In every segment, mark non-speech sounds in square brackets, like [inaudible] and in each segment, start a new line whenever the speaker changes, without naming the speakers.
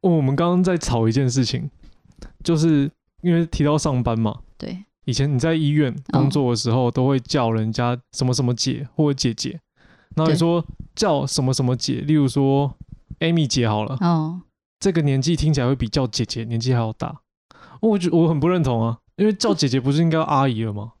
哦，我们刚刚在吵一件事情，就是因为提到上班嘛，
对，
以前你在医院
嗯
工作的时候，都会叫人家什么什么姐或者姐姐，然后你
对
说叫什么什么姐，例如说 Amy 姐好了，
哦，
这个年纪听起来会比叫姐姐年纪还要大，我觉我很不认同啊，因为叫姐姐不是应该阿姨了吗？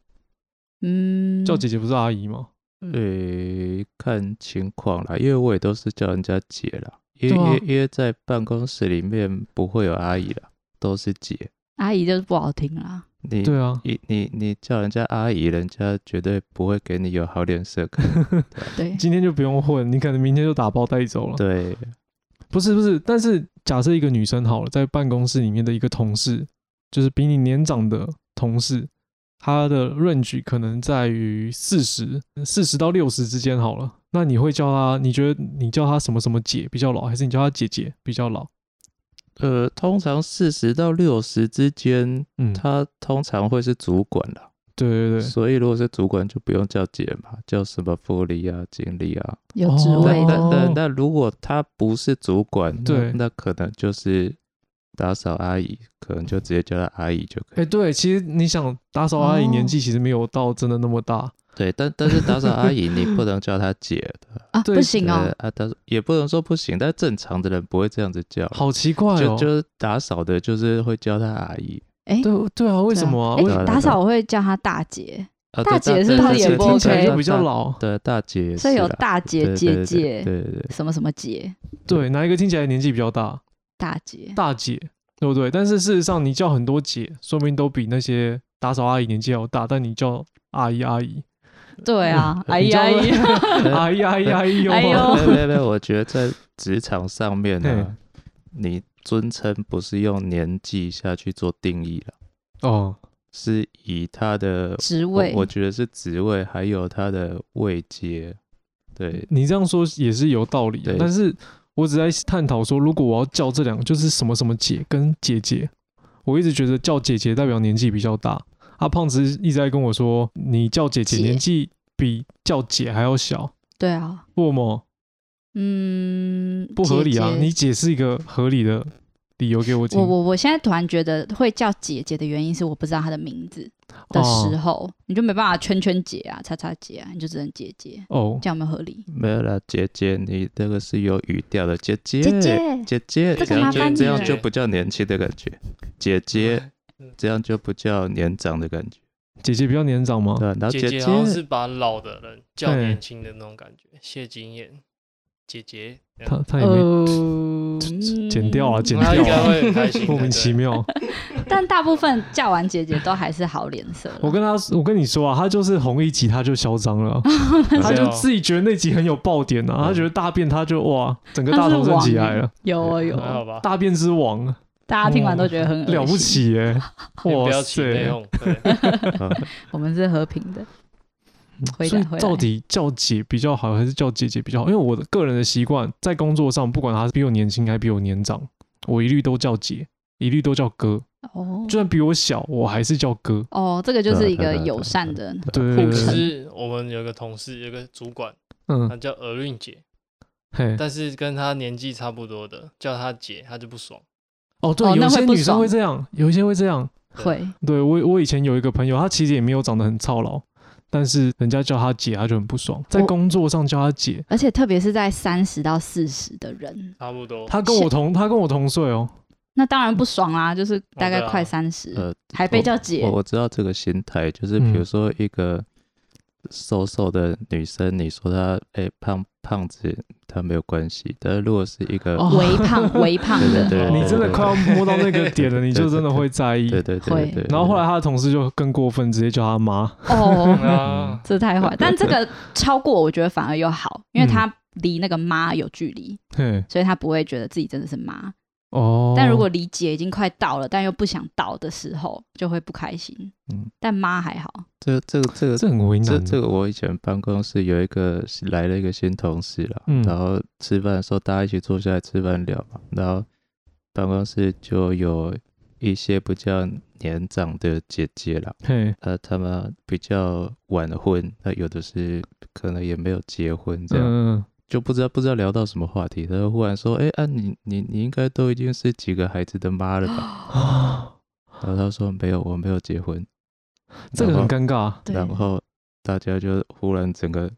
嗯，
叫姐姐不是阿姨吗？
诶、看情况啦，因为我也都是叫人家姐啦，因为、
对啊
因为因为在办公室里面不会有阿姨啦，都是姐。
阿姨就是不好听啦。
你
对啊，
你你你叫人家阿姨，人家绝对不会给你有好脸色 [laughs] 看。
哦
对，
今天就不用混，你可能明天就打包带走了。
对，
不是不是，但是假设一个女生好了，在办公室里面的一个同事，就是比你年长的同事，她的 range 可能在于四十四十到六十之间好了。那你会叫她？你觉得你叫她什么什么姐比较老，还是你叫她姐姐比较老？
呃，通常四十到六十之间，
嗯，
他通常会是主管啦，
对对对，
所以如果是主管就不用叫姐嘛，叫什么副理啊、经理啊。
有职
哦
位
那
的，
那那
哦
那如果他不是主管，那
对
那可能就是打扫阿姨，可能就直接叫她阿姨就可
哎、
以。
对，其实你想打扫阿姨
哦
年纪其实没有到真的那么大，
对，但但是打扫阿姨你不能叫她姐
[laughs]
的，
啊，
对
不行
对
哦，
啊，但是也不能说不行，但正常的人不会这样子叫，
好奇怪
就
哦。
就是打扫的，就是会叫她阿姨。
哎，
对对啊，为什么啊？
对
为
对
哎，
啊
打扫我会叫她大姐，
啊，
大姐
对
是不
大
是也
姐
不
听起来
OK
就比较老，
对，大姐也是啦，啊
所以有大姐、
对
姐
对对
姐、
对对
[laughs]
对，
什么什么姐、
对，哪一个听起来年纪比较大？
大姐。
大姐，对不对？但是事实上，你叫很多姐，说不定都比那些打扫阿姨年纪还要大。但你叫阿姨阿姨，
对啊，哎
嗯你知
呀
道
[laughs] 哎呀，
阿姨阿姨阿姨有哦
哎
吗？ [laughs]
呦
没有没有没有，我觉得在职场上面
嘿
呢，你尊称不是用年纪下去做定义了，
哦，
是以他的
[laughs] 职
我
位
我觉得是职位，还有他的位阶。对，
你这样说也是有道理的，
对
但是我只在探讨说，如果我要叫这两个，就是什么什么姐跟姐姐，我一直觉得叫姐姐代表年纪比较大。阿胖子一直在跟我说，你叫姐姐
姐
年纪比叫姐还要小，
对啊，
不吗？
嗯，
不合理啊！
姐姐
你解释一个合理的理由给我听。
我我我现在突然觉得会叫姐姐的原因是我不知道她的名字的
哦
时候，你就没办法圈圈姐啊、叉叉姐啊，你就只能姐姐，
哦，
这样有没有合理？
没有啦，姐姐，你这个是有语调的，姐姐，
姐姐，
姐姐，
这个
这样
麻
就
烦
这
你
样
了
就不叫年轻的感觉，姐
哎
姐，这样就不叫年长的感觉，
姐姐比较年长吗？
对吧？然后
姐
姐
姐好像是把老的人叫
对
年轻的那种感觉，谢金燕姐姐，这样
他他也没、
呃
[laughs] 剪掉啊
嗯
剪
他应
掉
该
啊
会很
[laughs]
开心的，
莫名其
对。 [laughs]
妙。
但大部分叫完姐姐都还是好脸色啦。
我跟他，我跟你说啊，他就是红一集他就嚣张
[laughs]
了啊，他就自己觉得那集很有爆点啊，他觉得大便他就哇，整个大头升起来了，
有哦有
还
哦，
好吧，
大便之王
大家听完都觉得很恶心
了不。起耶、
[laughs] 也不
哇
要起内
塞！ [laughs]
讧，对，
啊
[laughs] 我们是和平的，回
所
来
以
回来。
到底叫姐比较好，还是叫姐姐比较好？因为我的个人的习惯，在工作上，不管他比我年轻还比我年长，我一律都叫姐，一律都叫哥。
哦
就算比我小，我还是叫哥。
哦，这个就是一个
对对对
友善的
对对
或
对
者
对，
是我们有个同事，有个主管，
嗯，
他叫尔韵姐，
嘿，
但是跟他年纪差不多的叫他姐，他就不爽。
哦，对，
哦那
有些
会不
女生
爽
会这样，有一些会这样。
会
对我，我以前有一个朋友，他其实也没有长得很操劳，但是人家叫他姐，他就很不爽。在
我
工作上叫他姐，
而且特别是在三十到四十的人，
差不多，
他跟我同他跟我同岁哦，
那当然不爽啊，就是大概
对啊
快三十、
呃
还被叫姐
我我知道这个心态，就是比如说一个瘦瘦的女生，你说她哎、胖胖子，她没有关系，但是如果是一个、
哦
微
[laughs]
胖微胖
对对
的，
对，
哦
你真的快要摸到那个点了，你就真的会在意。
对对对对对
会
对，
然后后来他的同事就更过分，直接叫他妈。
哦，
嗯
啊，
这
[laughs]
太坏。但这个超过，我觉得反而又好，因
嗯
为他离那个妈有距离，
嘿，
所以他不会觉得自己真的是妈。
哦。
但如果离姐已经快到了，但又不想到的时候，就会不开心。
嗯
但妈
[laughs]
还好，
这这个这个
这很为
这
难，
这个我以前办公室有一个来了一个新同事了，
嗯
然后吃饭的时候大家一起坐下来吃饭聊嘛，然后办公室就有一些比较年长的姐姐啦，
嘿，
呃，他们比较晚婚，那有的是可能也没有结婚这样，
嗯，
就不知道不知道聊到什么话题，他就忽然说：“哎、啊，你你你应该都已经是几个孩子的妈了吧
啊，？”
然后他说：“没有，我没有结婚。
这个
然后
很尴尬。”
对，
然后大家就忽然整个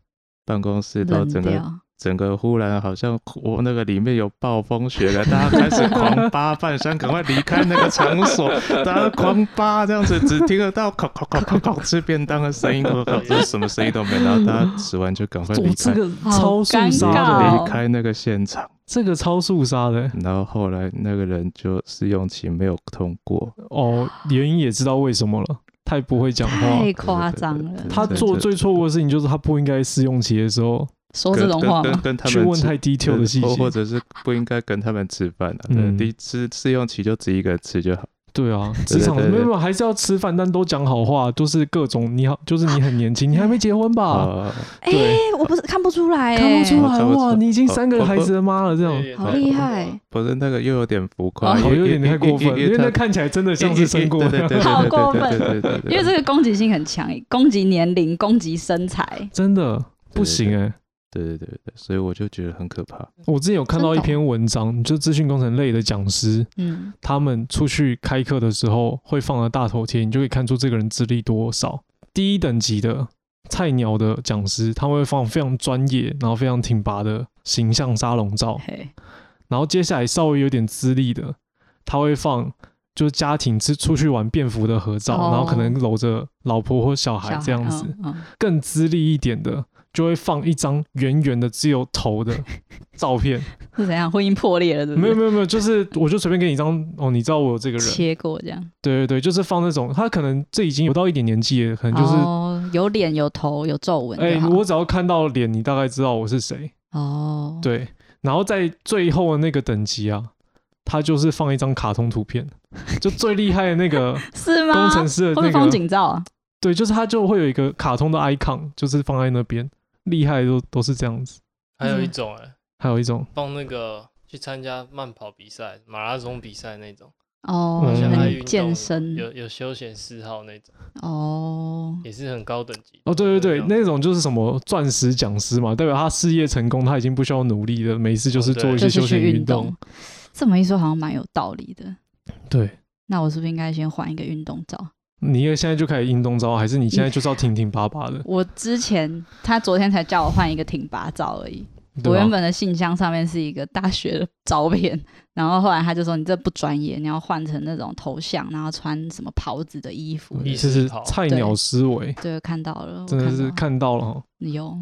办公室到
冷
整个
掉，
整个忽然好像我那个里面有暴风雪了，大家开始狂扒饭山，赶快离开那个场
[laughs]
所，大家狂扒这样子，只听得到“哐哐哐哐哐”吃便当的声音，“哐哐”这什么声音都没有，然后大家吃完就赶快离
哦，这，
开
个
好
超速
尴
杀的，
尬哦
离开那个现场。
这个超速杀的
然后后来那个人就试用期没有通过，
哦，原因也知道为什么了，太不会讲话。
太夸张
对对
了
对。
他做最错误的事情就是他不应该试用期的时候
说这种话
跟
吗
跟？跟他
去
们
问
吃
太 detail 的细
或或
节。
者是不应该跟他们吃饭的、啊，
嗯
第、一吃试用期就只一个人吃就好。
对啊，职场
对对
没
对
有没有还是要吃饭，但都讲好话，就是各种你好， [laughs] 就是你很年轻，你还没结婚吧？
啊，
哎、我不是看不出来、欸，
看不出来
差不多
哇，你已经三个孩子的妈了，这
哦
有
样
点
好
太
厉
恐怖
害
了
不是那个又有点浮夸，
哦
因
好
为
有点太过分，因为那
哎他
看起来真的像是生过
[laughs] 对对对对，
好过分
对对对对对
因为这个攻击性很强，欸攻击年龄，攻击身材，
真的不行哎。
对对对对对，所以我就觉得很可怕。
我之前有看到一
真的哦
篇文章，就资讯工程类的讲师，
嗯，
他们出去开课的时候会放了大头贴，你就可以看出这个人资历多少。第一等级的菜鸟的讲师，他会放非常专业，然后非常挺拔的形象沙龙照。
嘿，
然后接下来稍微有点资历的，他会放就是家庭是出去玩便服的合照，
哦
然后可能搂着老婆或小
小
孩
孩
这样子。
嗯嗯
更资历一点的，就会放一张圆圆的只有头的照
[laughs]
片。
是怎样？婚姻破裂了，对不
没
对？
有没有没有，就是我就随便给你一张哦，你知道我有这个人。
切过这样，
对对对，就是放那种他可能这已经有到一点年纪了，可能就是
哦，有脸有头有皱纹
哎、
就好，
我只要看到脸，你大概知道我是谁。
哦，，
对，然后在最后的那个等级啊，他就是放一张卡通图片，就最厉害的那个
[laughs] 是吗？
工程师的
会不
那
会啊风
个，
景照啊？
对，就是他就会有一个卡通的 icon，就是放在那边，厉害的都都是这样子。
还有一
嗯
种哎，
还有一种
放那个去参加慢跑比赛、马拉松比赛那种，
哦，
好像爱运
很
动
健
嗯
身
有有休闲嗜好那种，
哦，
也是很高等级。啊
哦，对对对，
有
那种就是什么钻石讲师嘛，代表他事业成功，他已经不需要努力了，没事就是
哦对
做一些休
就是去
闲
运
运
动
动。。
这么一说，好像蛮有道理的。
对，
那我是不是应该先换一个运动照？
你现在就开始运动招，还是你现在就是要挺挺拔拔的？
我之前他昨天才叫我换一个挺拔照而已。我
对吧
原本的信箱上面是一个大学的照片，然后后来他就说你这不专业，你要换成那种头像，然后穿什么袍子的衣服。
这是菜鸟思维，
对，看到了，我
真的是
到
看到了哦，
有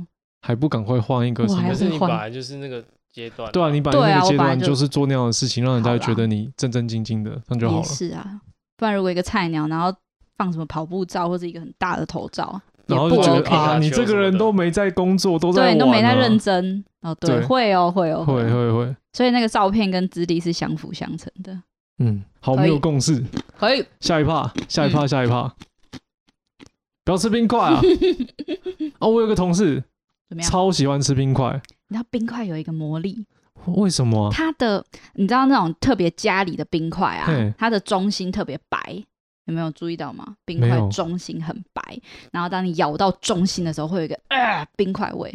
还不赶快换一个什
我还
么
可？是
会
你
换
本来就是那个阶段，
对啊，你把
对啊
那个阶
我本来
段
就
就是做那样的事情，让人
好
家
啦
觉得你正正经经的，这样就好
也
了。
是啊，不然如果一个菜鸟，然后放什么跑步照或者一个很大的头照，也
然后
不
就觉
OK
得啊，
打
你
球
这
什
个
么
人
的
都没在工作，都在
对，
玩
你
啊
都没在认真哦。对，
对
会哦，会哦，
会
哦
会会，
所以那个照片跟资历是相辅相成的。
嗯，好，
可以
没有共识，
可以，
下一趴，下一趴，
嗯
下一趴，不要吃冰块
[laughs]
啊！哦，我有个同事
怎么样？
超喜欢吃冰块，
你知道冰块有一个魔力，
为什么啊？
它的你知道那种特别家里的冰块啊
嘿，
它的中心特别白，有没有注意到吗？冰块
没有
中心很白，然后当你咬到中心的时候，会有一个呃冰块味，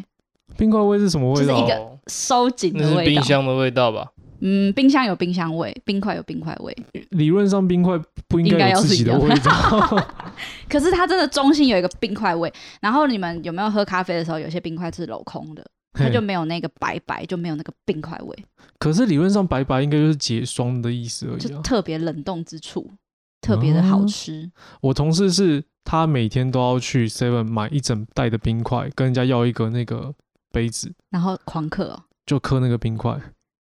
冰块味是什么味
就是一
道？啊
个
哦
收紧
那
的
是
味
冰
道。
箱的味道吧？
嗯，冰箱有冰箱味，冰块有冰块味，
理论上冰块不应
应该
该有
要
自
是
己
一
的
样
味道。
[laughs] 可是它真的中心有一个冰块味。然后你们有没有喝咖啡的时候，有些冰块是镂空的，它
嘿
就没有那个白白，就没有那个冰块味，
可是理论上白白应该就是解霜的意思而已
就
啊。
特别冷冻之处，特别的
哦
好吃。
我同事是他每天都要去 Seven 买一整袋的冰块，跟人家要一个那个杯子，
然后狂客哦，
就磕那个冰块。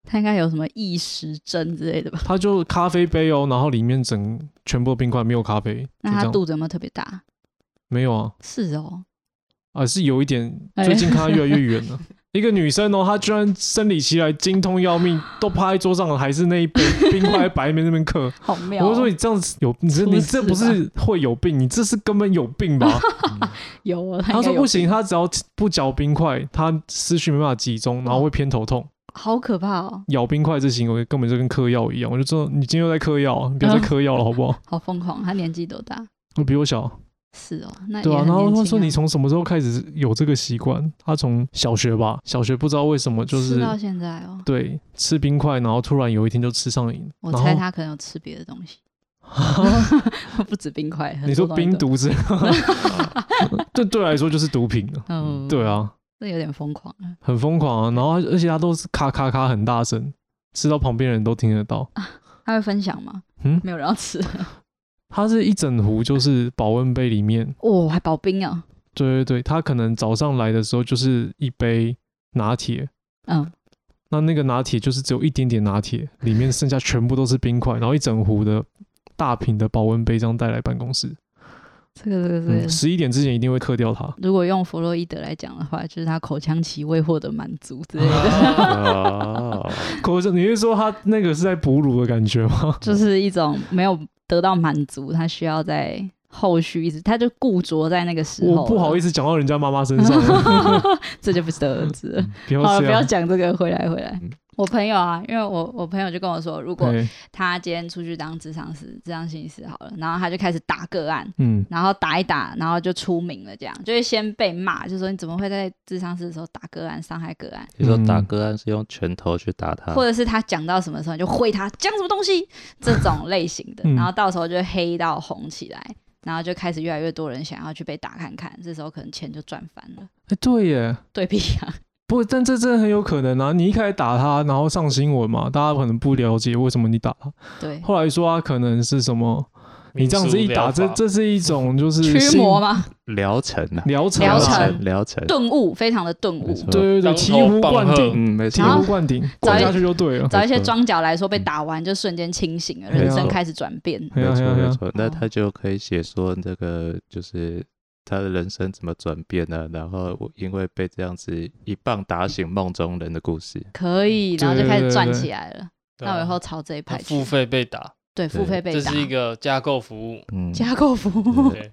它应该有什么意食针之类的吧？
他就咖啡杯哦，然后里面整全部的冰块没有咖啡，就
那
这
他
样。
肚子有没有特别大？
没有啊，
是哦，
啊是有一点，
哎
最近看他越来越远
[laughs]
了。一个女生哦，她居然生理期来精通要命，都趴在桌上了，还是那一
[laughs]
杯冰块在白面那边磕。
好妙、哦。
我就说你这样子有，你这
出
你这
事
不是会有病，你这是根本有病
[laughs]
吧？
有哦，他
他
应该
说
有
不行，他只要不嚼冰块，他思绪没办法集
嗯
中，然后会偏头痛。
好可怕哦，
咬冰块这行为根本就跟嗑药一样，我
嗯 [laughs]
就知道你今天又在嗑药啊，你不要再嗑药了好不好？
好疯狂。他年纪多大？
我比我小，
是哦，那
对
也
啊，
很
然后
年
他
轻
说
啊
你从什么时候开始有这个习惯？他从小学吧，小学不知道为什么就
吃
是
到现在哦，
对吃冰块，然后突然有一天就吃上瘾。
我
然
猜
后
他可能有吃别的东西， [laughs] 不止冰块，
[laughs]
很
你说
多东西
冰
都，
毒之类的，这 [laughs] 对我来说就是毒品了。
嗯，
对，啊，
这有点疯狂啊，
很疯狂啊，然后而且他都是咔咔咔很大声，吃到旁边人都听得到。
他会分享吗？
嗯
没有人要
[laughs]
吃，
它是一整壶，就是保温杯里面。
哦，还保冰啊，
对对对，他可能早上来的时候就是一杯拿铁，
嗯，
那那个拿铁就是只有一点点拿铁，里面剩下全部都是冰块，然后一整壶的大瓶的保温杯这样带来办公室。
这个这个这个
嗯，。十一点之前一定会克掉它。
如果用弗洛伊德来讲的话，就是他口腔期未获得满足之类
[laughs]
的，
哦，
口罩，你是说他那个是在哺乳的感觉吗？
就是一种没有得到满足，他需要在后续一直，他就固着在那个时候了。
我不好意
思，
思讲到人家妈妈身
[laughs]
上了，
这就不是得而知了。
嗯不要
[laughs] 好了，
这
不要
样。
讲这个，回来回来
嗯。
我朋友啊，因为我我朋友就跟我说，如果
对，
他今天出去当智商师、智商心理师好了，然后他就开始打个案，
嗯，
然后打一打，然后就出名了，这样就会先被骂，就说你怎么会在智商师的时候打个案、伤害个案，
你说打个案是用拳头去打他，
或者是他讲到什么时候你就挥他讲什么东西这种类型的，
嗯
然后到时候就黑到红起来，然后就开始越来越多人想要去被打看看，这时候可能钱就赚翻了。
哎，对耶，
对比啊，
不，但这真的很有可能啊！你一开始打他，然后上新闻嘛，大家可能不了解为什么你打他。
对，
后来说啊他可能是什么，你这样子一打，
民俗
这
疗法
这是一种就是
驱
心
魔嘛，
疗程啊，
疗程啊、
疗程，
疗程，
顿悟，非常的顿
没
悟。
错
对对对，
当头
醍醐
棒
灌
喝
顶，
嗯，没
醍
错，
然后
醐灌顶，
找
灌
啊一
下去就对了。
找一些
没错
装脚来说，被打完就瞬间清醒了，
对啊
人生开始转变。
嘿
没
呀嘿呀
错
嘿呀
没错，那他就可以写说这个就是他的人生怎么转变呢？然后我因为被这样子一棒打醒梦中人的故事，
可以，然后就
对
开始
对
赚
对
起来了。
对
那我
啊
以后朝这一
他
派去
付，费被打，
对，付费被
这
打
是，一个架构
[laughs]
服务。
嗯，
加购服务，
对，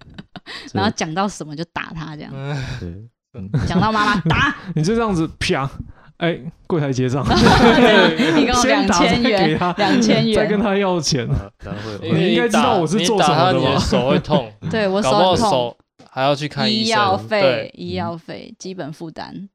然后讲到什么就打他，
[laughs]
这样
嗯，
对，
讲到妈妈打，
你就这样子啪，哎，柜台结账，
这样一共
[laughs] 先
啊两
打再
千
给
元，
他，
两千
[laughs] 再跟
元。
他要钱。
啊然后
因为
会
你应该知道
打
我是
你
做
打
什么
他
的
你的
吧
手会痛，
对 [laughs] 我
搞不好
很痛，
手还要去看医
医药
生。
费
对，，
医药费，基本负担。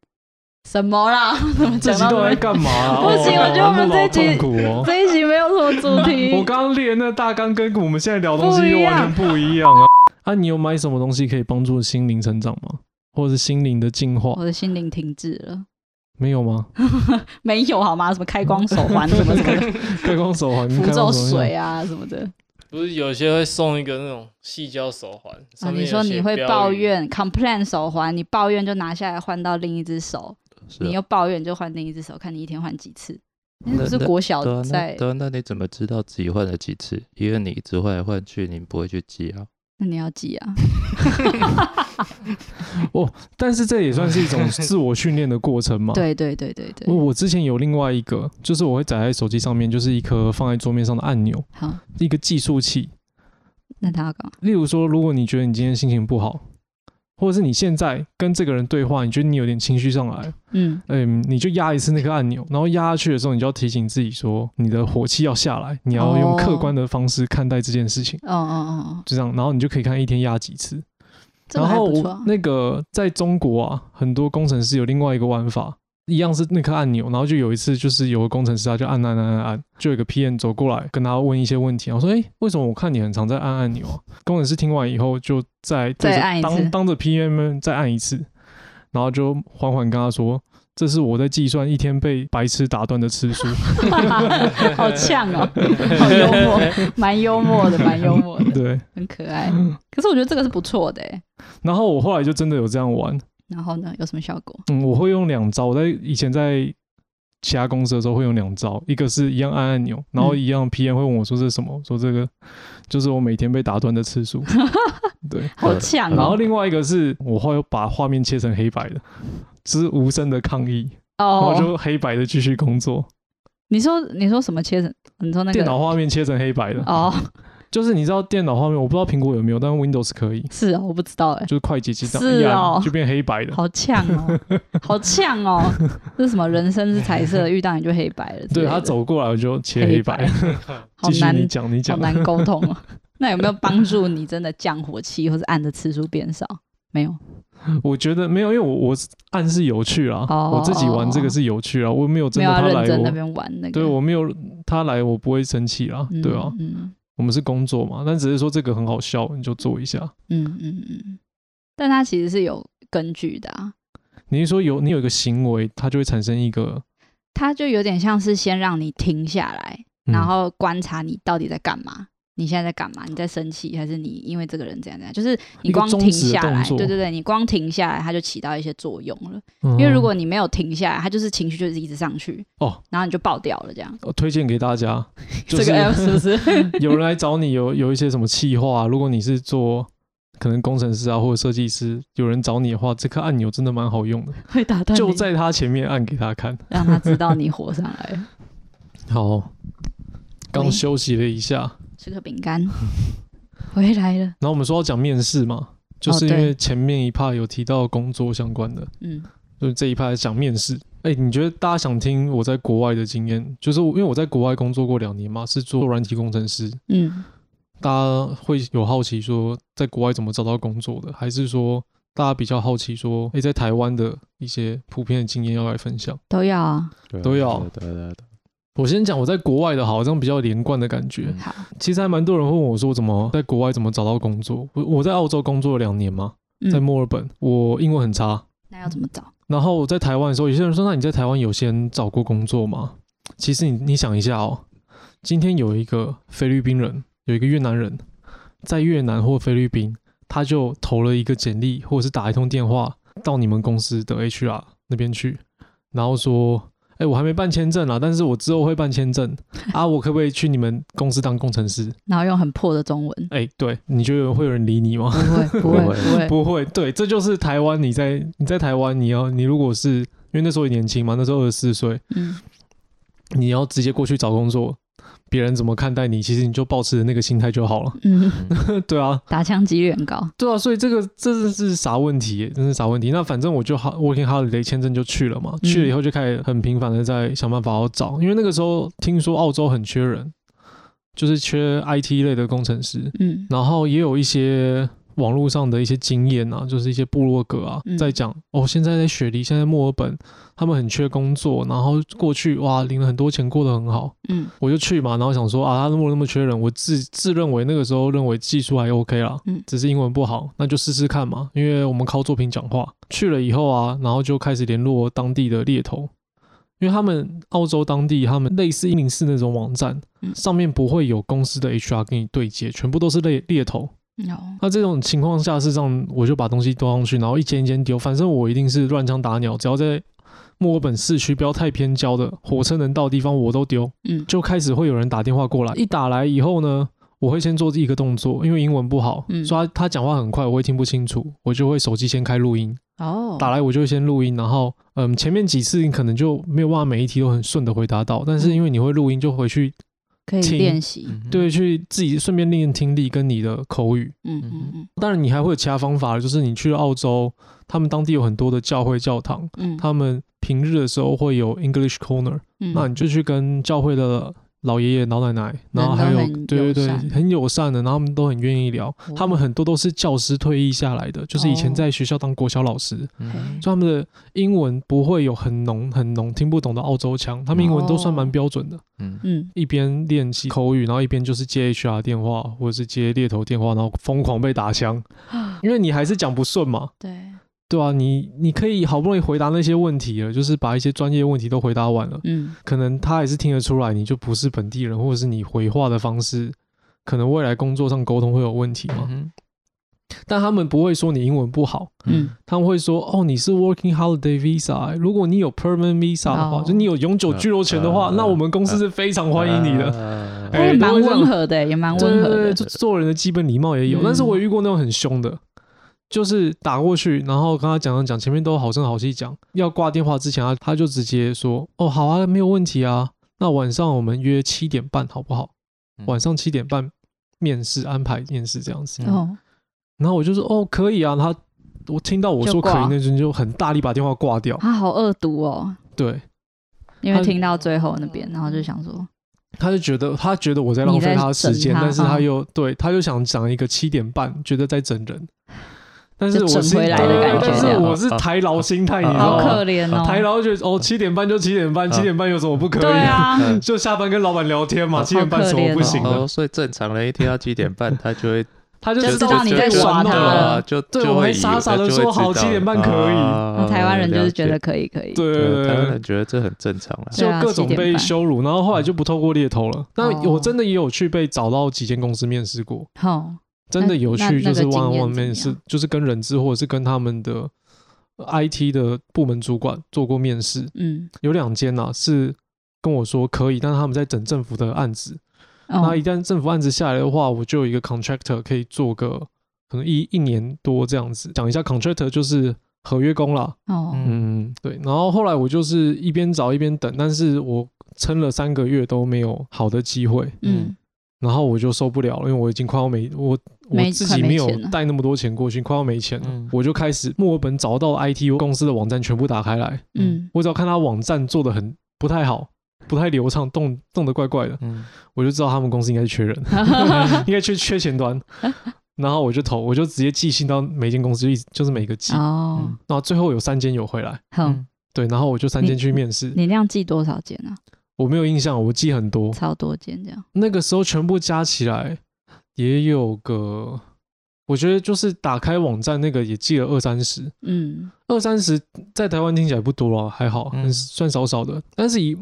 什么啦？怎么
这
嗯讲
集
到
都在
这边？
干嘛啊？
不行
哦
我觉得我们
那么
这
痛
集
苦哦。
这一集没有什么主题。
[laughs] 我刚刚列那大纲跟我们现在聊东西又完全不一样啊！啊，你有买什么东西可以帮助心灵成长吗？或者是心灵的进化？
我的心灵停滞了，
没有吗？
没有好吗？什么开光手环，什么什么的
开光手环、
[laughs] 符
开
咒
光手环
水啊什么的。
不是有些会送一个那种细胶手环，
啊，
上面
你
有
说你
写
会
标
抱
语，
怨，complain 手环，你抱怨就拿下来换到另一只手，
是
你
啊
又抱怨就换另一只手，看你一天换几次。那
那
不是
那
国小
对啊，那
在，
对啊，那你怎么知道自己换了几次？因为你一直换来换去，你不会去记啊。
那你要记啊。
但是这也算是一种自我训练的过程嘛。。
[laughs] 对对对对对
我，我之前有另外一个，就是我会载在手机上面，就是一颗放在桌面上的按钮，
好，
一个计数器。
那他要干嘛？
例如说，如果你觉得你今天心情不好，或者是你现在跟这个人对话，你觉得你有点情绪上来，
嗯，
嗯，你就压一次那个按钮，然后压下去的时候，你就要提醒自己说，你的火气要下来，你要用客观的方式看待这件事情，
哦哦哦，哦
就这样，然后你就可以看一天压几次。
这个
然
还
后
不错
我
啊。
那个在中国啊，很多工程师有另外一个玩法，一样是那颗按钮，然后就有一次就是有个工程师他就按按按按按，就有一个 PM 走过来跟他问一些问题，然后说，哎，为什么我看你很常在按按钮啊？工程师听完以后就再对着
再按一次
当当着 PM 再按一次，然后就缓缓跟他说。这是我在计算一天被白痴打断的次数。
[laughs]
[laughs]
好呛哦，好幽默，蛮幽默的，蛮幽默的，
对，
很可爱。可是我觉得这个是不错的欸。
然后我后来就真的有这样玩，
然后呢，有什么效果？
嗯，我会用两招。我在以前在其他公司的时候会用两招，一个是一样按按钮，然
嗯
后一样 PM 会问我说这是什么，说这个就是我每天被打断的次
[laughs]
数。对，
好呛
然后
哦！
另外一个是我会把画面切成黑白的，就是无声的抗议，然后
哦，
就黑白的继续工作。
你说你说什么切成？你说那
电
个
脑画面切成黑白的，
哦，
就是你知道电脑画面，我不知道苹果有没有，但 Windows 可以。
是哦，我不知道哎
就。是快捷键这样
是
一按
哦
就变黑白的，
好呛
[laughs]
哦，好呛哦！这是什么？人生是彩色的，遇到你就黑白了之类的。
对他走过来我就切
黑
黑白，
白好
继续
难
你讲你
好
讲， [laughs]
难沟通哦。那有没有帮助你真的降火气，或是按的次数变少？没有，
我觉得没有，因为我我是按是有趣啦，
哦
我自己玩这个是有趣啊，我没有真
没
的
有要
他
认真那
来我，
边玩那个。
对我没有他来我不会生气啦，
嗯，
对啊，
嗯
我们是工作嘛，但只是说这个很好笑，你就做一下。
嗯嗯嗯，但它其实是有根据的啊。
你是说有你有一个行为，它就会产生一个，
它就有点像是先让你停下来，
嗯
然后观察你到底在干嘛。你现在在干嘛？你在生气，还是你因为这个人怎样怎样？就是你
一个
光
终
停
止的
下
动
来，
作
对对对，你光停下来，它就起到一些作用了。
因
因为如果你没有停下来，它就是情绪就是一直上去，
嗯哦，
然后你就爆掉了这样。
我推荐给大家，
[laughs]
就是
这个 app 是不是？
[laughs]
[laughs]
有人来找你有有一些什么企划、如果你是做可能工程师啊或者设计师，有人找你的话，这颗按钮真的蛮好用的，
会打断你，
就在他前面按给他看。
让他知道你火上来了。
好，刚
喂
休息了一下，
吃个饼
[laughs]
干，回来了。
然后我们说要讲面试嘛，就是
哦
因
对
为前面一趴有提到工作相关的，
嗯，
就是这一趴讲面试。哎、你觉得大家想听我在国外的经验？就是我因为我在国外工作过两年嘛，是做软体工程师，
嗯，
大家会有好奇说，在国外怎么找到工作的，还是说大家比较好奇说，诶，在台湾的一些普遍的经验要来分享？
都要啊。
都要
对啊对对对
我先讲我在国外的好，这样比较连贯的感觉
嗯。
好，
其实还蛮多人会问我说，怎么在国外怎么找到工作？我我在澳洲工作了两年嘛，在
嗯，
墨尔本，我英文很差。
那要怎么找？
然后我在台湾的时候，有些人说，那你在台湾有先找过工作吗？其实你你想一下哦，今天有一个菲律宾人，有一个越南人，在越南或菲律宾，他就投了一个简历，或者是打一通电话到你们公司的 HR 那边去，然后说：“哎、我还没办签证啦，但是我之后会办签证啊，我可不可以去你们公司当工程师
然后用很破的中
[laughs]
文？”，
哎、对，你觉得会有人理你吗
不？会，不
不
会，
会
不会，
不会，对，这就是台湾。你在你在台湾，你要你如果是因为那时候也年轻嘛，那时候二十四岁，
嗯，
你要直接过去找工作，别人怎么看待你，其实你就保持着那个心态就好了。 [laughs]
嗯， [laughs]
对啊，
打枪几率很高。
对啊，所以这个这真是啥问题耶？真是啥问题？那反正我就好 working holiday 签证就去了嘛，
嗯
去了以后就开始很频繁的在想办法要找，因为那个时候听说澳洲很缺人，就是缺 IT 类的工程师，
嗯
然后也有一些网络上的一些经验啊，就是一些部落格啊，
嗯
在讲哦，现在在雪梨，现在墨尔本，他们很缺工作，然后过去哇领了很多钱，过得很好，
嗯
我就去嘛，然后想说啊，他如果那么缺人，我自自认为那个时候认为技术还 OK 啦，
嗯
只是英文不好，那就试试看嘛，因为我们靠作品讲话。去了以后啊，然后就开始联络当地的猎头，因为他们澳洲当地他们类似一零四那种网站，
嗯
上面不会有公司的 HR 跟你对接，全部都是猎猎头。
哦，
那这种情况下，事实上我就把东西丢上去，然后一间一间丢，反正我一定是乱枪打鸟，只要在墨尔本市区不要太偏郊的火车能到的地方，我都丢。
嗯
就开始会有人打电话过来。一打来以后呢，我会先做一个动作，因为英文不好，
嗯
所以他他讲话很快，我会听不清楚，我就会手机先开录音。
哦，
打来我就先录音，然后嗯，前面几次你可能就没有办法每一题都很顺的回答到，但是因为你会录音，就回去
可以
听
练习。
嗯
对去自己顺便练练听力跟你的口语。
嗯嗯嗯
当然，你还会有其他方法，就是你去了澳洲，他们当地有很多的教会教堂，
嗯，
他们平日的时候会有 English Corner，
嗯
那你就去跟教会的老爷爷、老奶奶，然后还有
人都很
对对对
友善，
很友善的，然后他们都很愿意聊。他们很多都是教师退役下来的，就是以前
哦
在学校当国小老师，
嗯
所以他们的英文不会有很浓很浓听不懂的澳洲腔，他们英文都算蛮
哦
标准的。
嗯
嗯
一边练习口语，然后一边就是接 HR 电话或者是接猎头电话，然后疯狂被打枪，因为你还是讲不顺嘛。
对
对啊，你你可以好不容易回答那些问题了，就是把一些专业问题都回答完了，
嗯
可能他还是听得出来你就不是本地人，或者是你回话的方式，可能未来工作上沟通会有问题嘛。
嗯
但他们不会说你英文不好，
嗯
他们会说哦你是 working holiday visa，欸如果你有 permanent visa 的话，
哦
就你有永久居留权的话，
嗯嗯嗯
那我们公司是非常欢迎你的。
的
他也
哎
蛮
都会这样
温和的，欸也
嗯
蛮
对
温
对
和
对，
的。
就做人的基本礼貌也有，
嗯
但是我遇过那种很凶的。就是打过去，然后跟他讲讲讲，前面都好声好气讲。要挂电话之前，他他就直接说：“哦，好啊，没有问题啊。那晚上我们约七点半好不好？
嗯
嗯
晚上七点半面试安排面试这样子。”
哦，
然后我就说哦，可以啊。他我听到我说
就
可
挂
以那阵就很大力把电话挂
嗯
掉。
他好恶毒哦，
对
因为
他
听到最后那边，然后就想说，
他就觉得他觉得我在浪
你
费
在
他的时
整
间，
他
但是
啊
他又对他就想讲一个七点半，觉得在整人，但是
就
我
整
是
回来的
对
感觉
但
这
是
样
我是
啊
台劳心态，你知道
好可
吗？
怜哦。嗯
台劳就觉得哦，七点半就七点半，
啊
七点半有什么不可以？
对啊，
[laughs]
嗯
就下班跟老板聊天嘛，
好
七点半
可
什么
怜哦
不行的？
哦，所以正常人一听到几点半，他就会
他就
就
知
知
道
道你在
就
耍
玩
他
弄
了
了。
啊就
对
就
我
会
会
以
傻傻地
就会
说
知道
好七点半可以
啊
那台湾人就是觉
了
得
解
可以可以，
哦对对
台湾
对
人觉得这很正常了。
就
对啊
各种
7点
被
半
羞辱，然后后来就不透过猎头了。但
哦
我真的也有去被找到几间公司面试过，
好，
真的有
那
去
那
就是
那个经
one on one
验怎么样
面试，就是跟人资或者是跟他们的呃 IT 的部门主管做过面试，
嗯，
有两间呐是跟我说可以，但是他们在整政府的案子。那
哦
一，旦政府案子下来的话，我就有一个 contractor 可以做个可能一一年多这样子。讲一下 contractor 就是合约工啦，
哦，
嗯，对。然后后来我就是一边找一边等，但是我撑了三个月都没有好的机会，
嗯，
然后我就受不了了，因为我已经快要没我我
没
自
快
己
没
没有
钱了
带那么多钱过去，快要没钱了，
嗯
我就开始墨尔本找到 IT 公司的网站全部打开来，
嗯，
我只要看他网站做的很不太好。不太流畅，动动的怪怪的，
嗯，
我就知道他们公司应该是缺
[laughs]
人，应该缺缺前端。然后我就投，我就直接寄信到每间公司，一直就是每个寄。
哦
嗯，
然后最后有三间有回来，
好，
对，然后我就三间去面试，
你那样寄多少件啊？
我没有印象，我记很多。
超多件这样，
那个时候全部加起来也有个，我觉得就是打开网站那个也记了二三十，
嗯，
二三十在台湾听起来不多啊，还好，
嗯
很算少少的。但是以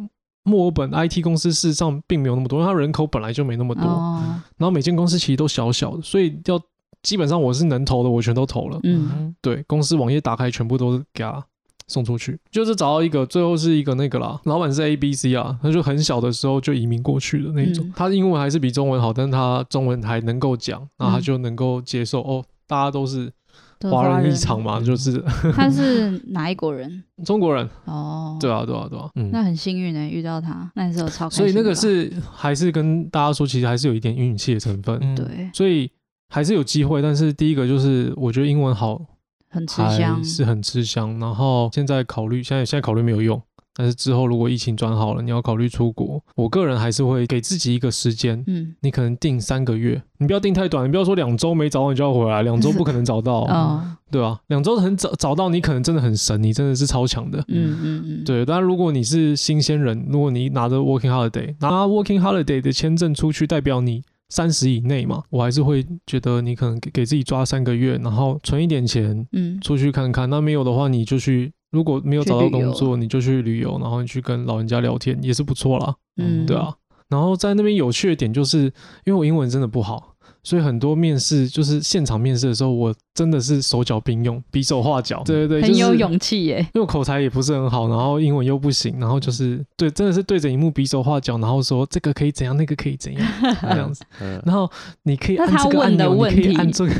墨尔本 IT 公司事实上并没有那么多，因为它人口本来就没那么多，
哦，
然后每间公司其实都小小的，所以要基本上我是能投的，我全都投了。
嗯，
对，公司网页打开全部都给他送出去，就是找到一个，最后是一个那个啦，老板是 A B C 啊，他就很小的时候就移民过去的那一种，
嗯
他英文还是比中文好，但是他中文还能够讲，那他就能够接受、哦，大家都是
嗯都
华
人
人一场嘛，
嗯
就是
他是 [laughs] 哪一国人？
中国人，
哦，
对啊，对啊，对啊，嗯。
那很幸运呢，欸遇到他，那时候超开心
所
啊的吧。
以那个是还是跟大家说，其实还是有一点运气的成分，
嗯，
对，
所以还是有机会。但是第一个就是我觉得英文好
很吃香
还，是很吃香。然后现在考虑，现在现在考虑没有用，但是之后如果疫情转好了，你要考虑出国，我个人还是会给自己一个时间，
嗯，
你可能定三个月，你不要定太短，你不要说两周没找到你就要回来，两周不可能找
[laughs]
到，
哦，
对吧、两周很找找到你，可能真的很神，你真的是超强的。
嗯嗯嗯，，
对，当然，如果你是新鲜人，如果你拿着 Working Holiday 拿 Working Holiday 的签证出去，代表你三十以内嘛，我还是会觉得你可能给给自己抓三个月，然后存一点钱，
嗯，
出去看看。那没有的话，你就去。如果没有找到
去旅游
工作，你就去旅游，然后你去跟老人家聊天也是不错啦，
嗯
对啊。然后在那边有趣的点就是，因为我英文真的不好，所以很多面试就是现场面试的时候，我真的是手脚并用，比手画脚。对对对，
很有
就是
勇气 [laughs] 耶，
因为我口才也不是很好，然后英文又不行，然后就是对，真的是对着荧幕比手画脚，然后说这个可以怎样，那个可以怎样这样
[laughs]
子。
嗯
然后你可以
那
按
他
这个按
问的
钮，你可
问
以
题
按这个，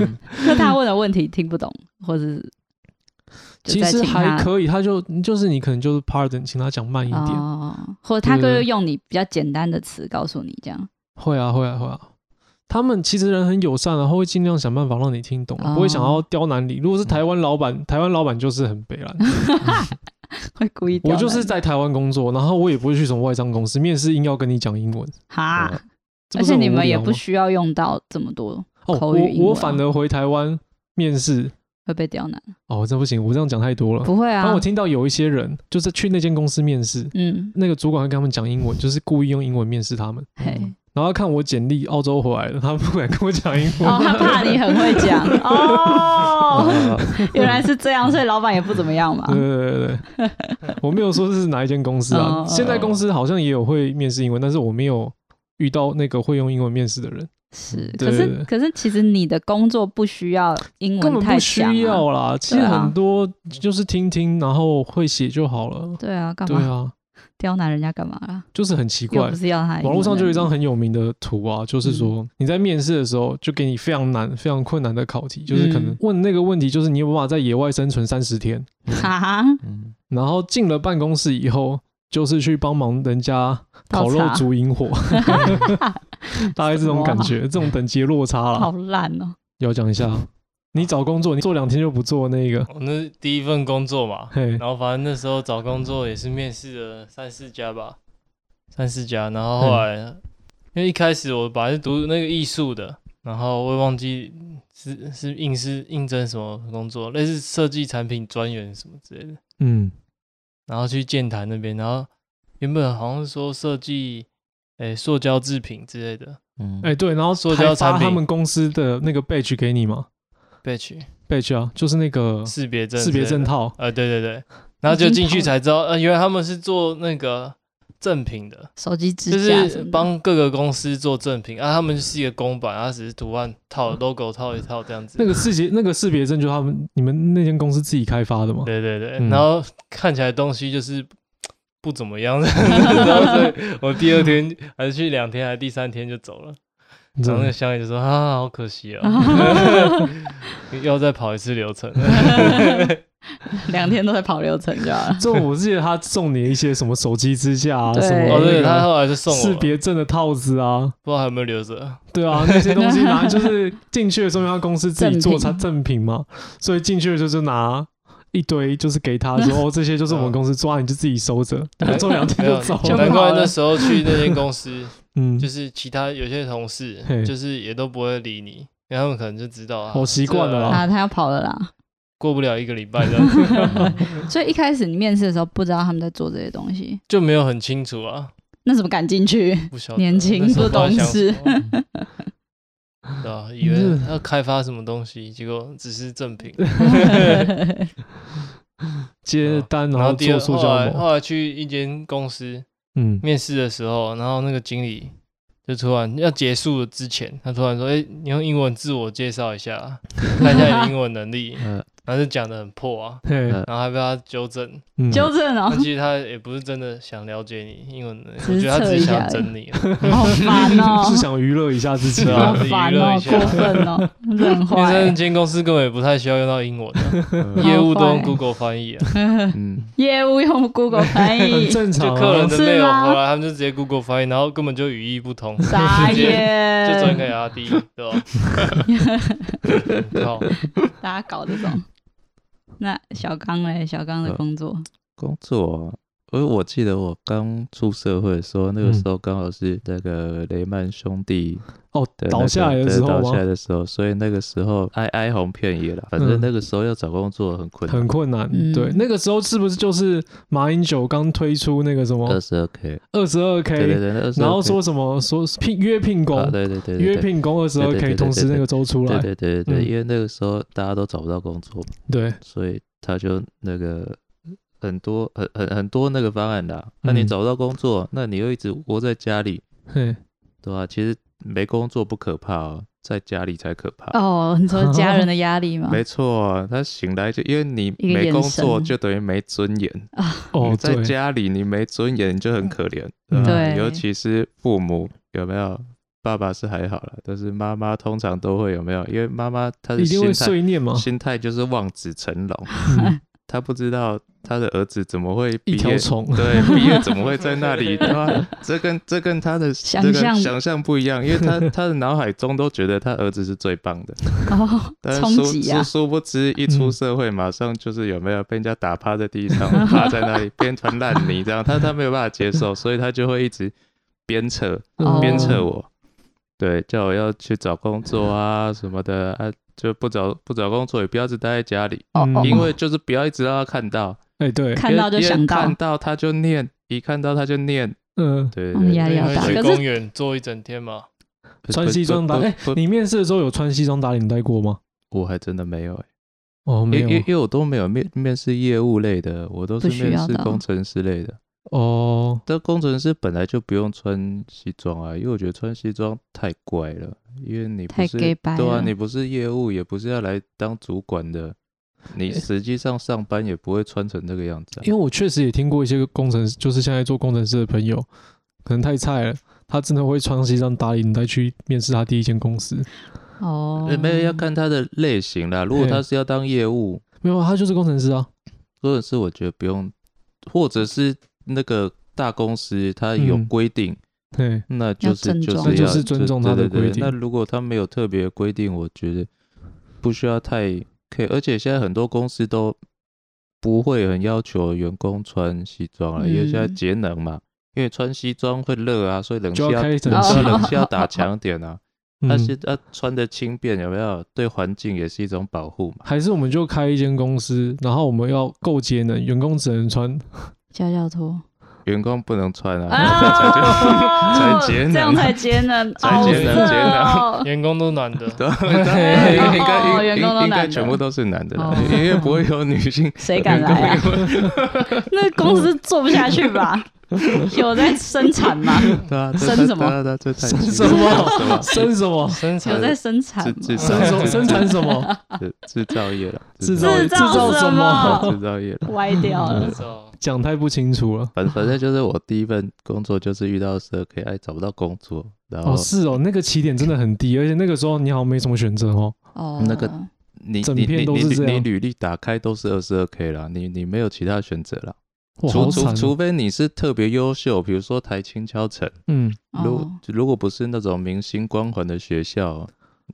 嗯
那他问的问题听不懂，或是就
其
再
实
请
还
他
可以。他就就是你可能就是 pardon，请他讲慢一点。
哦，或者他
对
会用你比较简单的词告诉你这样，
会啊，会啊，会啊。他们其实人很友善，然后会尽量想办法让你听懂，啊
哦
不会想要刁难你。如果是台湾老板，台湾老板就是很北
[laughs]
兰。
会故嗯意刁
我
难
就是
你
在台湾工作，然后我也不会去什么外商公司，面试硬要跟你讲英文，
哈，
这
而
不是
且
很
你
无
们也
聊
不
吗
需要用到这么多，
哦，
口语英
我我
文
反
啊
而回台湾面试，
会被刁难，
哦，这不行，我这样讲太多了。
不会啊
哦当我，听到有一些人就是去那间公司面试，
嗯，
那个主管会跟他们讲英文，就是故意用英文面试他们，
嘿，
然后他看我简历澳洲回来了，他不敢跟我讲英文。
哦，他怕你很会
[laughs]
讲哦， [laughs] 原来是这样，所以老板也不怎么样嘛
对，对对对对，
[laughs]
我没有说是哪一间公司啊
哦，
现在公司好像也有会面试英文，但是我没有遇到那个会用英文面试的人，
是，
对
可
对对
是可是其实你的工作不需要英
根
文
本
太
不
强
需
啊，
要啦。其实
对啊
很多就是听听，然后会写就好了。
对啊，干
对
嘛
啊，
刁难人家干嘛啦？
就是很奇
又
怪
不。是要他的英文能力，嗯
网络上就有一张很有名的图啊，就是说你在面试的时候就给你非常难、非常困难的考题，就是可能
嗯
问那个问题，就是你有没有办法在野外生存三十天，
哈，
嗯
然后进了办公室以后，就是去帮忙人家烤
泡
肉
茶
煮引
[laughs]
火， [laughs] 大概这种感觉，这啊种等级的落差
啊好
啦，
烂哦，
要讲一下。你找工作，你做两天就不做那个，
我哦那是第一份工作嘛，
嘿
然，后反正那时候找工作也是面试了三四家吧，三四家，然
嗯
后后来、因为一开始我本来是读那个艺术的，然后我也忘记是是应是应征什么工作，类似设计产品专员什么之类的，
嗯
然后去建坛那边，然后原本好像是说设计诶、塑胶制品之类的
嗯，
哎、对，然后
塑
还
胶
发
产品
他们公司的那个 badge 给你嘛
batch
，badge 啊，就是那个
识别证
识别
之类
证
的
套，
呃，对对对，然后就进去才知道，呃，原来他们是做那个正品的，
手机支
就
架
是
什么的
帮各个公司做正品啊，他们是一个公版，啊，只是图案套 logo 套一套这样子。
嗯那个识别那个识别证就是他们你们那间公司自己开发的嘛，
对对对，
嗯
然后看起来东西就是不怎么样， [laughs] 然后所以我第二天还是去两天还是第三天就走了，
嗯你知
然
道
后
吗
那个香也就说啊，好可惜啊，
嗯
[laughs] 要再跑一次流程。
[laughs] 两天都在跑流程就好
[laughs]
了。
这我记得他送你一些什么手机支架啊，
对
什么
哦，
那
对，
个
他后来就送我
识
了，
别证的套子啊，
不知道还有没有
[laughs]
留着。
对啊，那些东西
[laughs]
拿就是进去的时候，因为他公司自己做
赠
产
品
赠品嘛，所以进去的时候就拿一堆，就是给他说
[laughs]
哦，这些就是我们公司做，啊你就自己收着，做两天
没有
就走，
就
啊难
了。
怪那时候去那间公司，
嗯
就，是其他有些同事
嘿，
就是也都不会理你，因为他们可能就知道啊，
我习惯了啦
这
啊，他要跑了啦。
过不了一个礼拜这
[laughs]
样子，
所以一开始你面试的时候不知道他们在做这些东西，
就没有很清楚啊，
那怎么敢进去？
不晓得
年轻
那时候
不懂
知道想
事
[laughs]
什么对啊，以为
嗯
要开发什么东西，结果只是正
[laughs]
品。
接单然
然后
后
第
做
二，
塑
后
胶
来
膜，
后来去一间公司
嗯，
面试的时候，然后那个经理就突然要结束了之前，他突然说：“哎、你用英文自我介绍一下，啊看一下你的英文能力。
呃，”
然后就讲的很破啊，
嘿，
呃
然后还被他纠正。
[laughs]
嗯
纠正哦
那，其实他也不是真的想了解你英文能力，
只是
我觉得他只是想要
测一下 [laughs]
整你啊。
好烦
[laughs]
哦，
是想娱乐一下自己
是
啊
好
啊，
烦
娱乐
哦
一，下
过分 [laughs] 哦，真的很
因为
坏
那。间公司根本也不太需要用到英文啊，
呃
业务
[laughs]
都
好
用
坏欸
Google 翻译
[laughs]
啊，
嗯，
业务用 Google 翻
很
[laughs] 译，
正
就
常
客人
啊。
的
是
内容
吗
回来，他们就直接 Google 翻译，然后根本就语义不通，
傻
直接就转给
眼，
阿弟，
[laughs]
对吧？靠，
大家搞这种。那小刚嘞，小刚的工作，
工作、啊，因为我记得我刚出社会的时候，那
嗯
个时候刚好是那个雷曼兄弟
哦
的，那
倒
个
下来的
对
时候啊
倒下
吗？
来的时候，所以那个时候哀哀鸿遍野了。反正
嗯
那个时候要找工作很困
很
难，
困难，
嗯
对，那个时候是不是就是马英九刚推出那个什么
二十二 k，
二十二
呃对
k
对对，那22K
然后说什么说聘约聘工，
啊，对对对，对
约
对
聘工二十二
对对对
k，
对
同时那个周出
对
来，
对对对对，
嗯
因为那个时候大家都找不到工作，
对，
所以他就那个很多很很很多那个方案啦。那你
嗯
找不到工作，那你又一直窝在家里，
嘿，
对吧、其实没工作不可怕哦，在家里才可怕。
哦，你说家人的压力吗？
嗯没错啊，他醒来就因为你
一个
没
眼
工
神
作，就等于没尊严。
哦，
嗯你在
对，
家里你没尊严，你就很可怜。
嗯
吧
对
尤其是父母有没有？爸爸是还好啦，但是妈妈通常都会有没有？因为妈妈她的
一定
呃
会
心态
碎念嘛，
心态就是望子成龙，
嗯
他不知道他的儿子怎么会毕
一条
业，
虫，
[laughs] 对，毕业怎么会在那
[laughs]
里？对吧？这跟这跟他的
想
这个
象
想象不一样，因
[laughs]
为他他的脑海中都觉得他儿子是最棒的，
[laughs] 哦，
但是
冲
殊
击啊
殊！殊不知一出社会，马上就是有没有被人家打趴在地上，
嗯
趴在那里变成烂泥这样，他他没有办法
[laughs]
接受，所以他就会一直鞭策
嗯
哦
鞭策我，对，叫我要去找工作啊什么的啊，就不找不找工作也不要一直待在家里。
哦
嗯
哦，
因为就是不要一直让他看到，
哎，对，
看到就
因为
想到
看，到他就念，一看到他就念，
嗯，
对
嗯
对
压
对，
力要大
去
可是
公园坐一整天嘛，
不
穿西装打，哎，
不不
你面试的时候有穿西装打领带过吗？
我还真的没有、欸，
哦，
因
没
因因
有，
为我都没有面面试业务类的，我都是
不需
面
要
试
的
工程师类的。
哦，
但工程师本来就不用穿西装啊，因为我觉得穿西装太怪了，因为你不
太
是
gay 白
对啊
了，
你不是业务，也不是要来当主管的，
[laughs]
你
诶
实际上上班也不会穿成这个样子、啊
因为。我确实也听过一些工程师，就是现在做工程师的朋友，可能太菜了。他真的会穿西装打领带去面试他第一间公司，
哦
呃，没有要看他的类型啦，如果
对
他是要当业务，
没有，啊，他就是工程师啊。
或者是我觉得不用，或者是那个大公司它有
嗯
规定，
对，
那就是
要尊
就
重
是
那就是
要
尊重它的
对对对
规定
那如果他没有特别规定，我觉得不需要太 care，而且现在很多公司都不会很要求员工穿西装了，因为现在
嗯
节能嘛，因为穿西装会热啊，所以冷气
就要
要
开始
冷气
冷气
要冷气要打
[laughs]
强点啊。但是
嗯，
他穿的轻便有没有？对环境也是一种保护嘛。
还是我们就开一间公司，然后我们要够节能，员工只能穿
家教拖
员工不能穿啊， [laughs]
啊
才节能
这样才节能，
才节能
哦
节能
员工都暖的，
对，对 [laughs] 应
哦
该应
员工都
应应该
男的
全部都是男的啦
哦，
因为不会有女性。
谁敢来啊？ [laughs] 那公司做不下去
[laughs]
吧？有在生产吗？
对啊，这
生
太
什么
对啊对啊这太
生
奇
什
怪
么
了什
生什么
生
有
产
在生产
制
吗？
制造
生什么生产什
[laughs]
么，
么制制造业了，
制造
制
制造
什
什
么
么？
制造业了。
歪掉了
制。造
讲太不清楚了。
反反正就是我第一份工作就是遇到社 K，哎，找不到工作，然后
哦，是哦，那个起点真的很低，而且那个时候你好像没什么选择哦。
哦，
那个你
整
你
片
你
都
你
是
履
这样
你履历打开都是二十二 K 啦，你你没有其他选择啦，
哇，
除
好
除
惨哦。
除非你是特别优秀，比如说台青交城，
嗯，
如、
哦
如果不是那种明星光环的学校，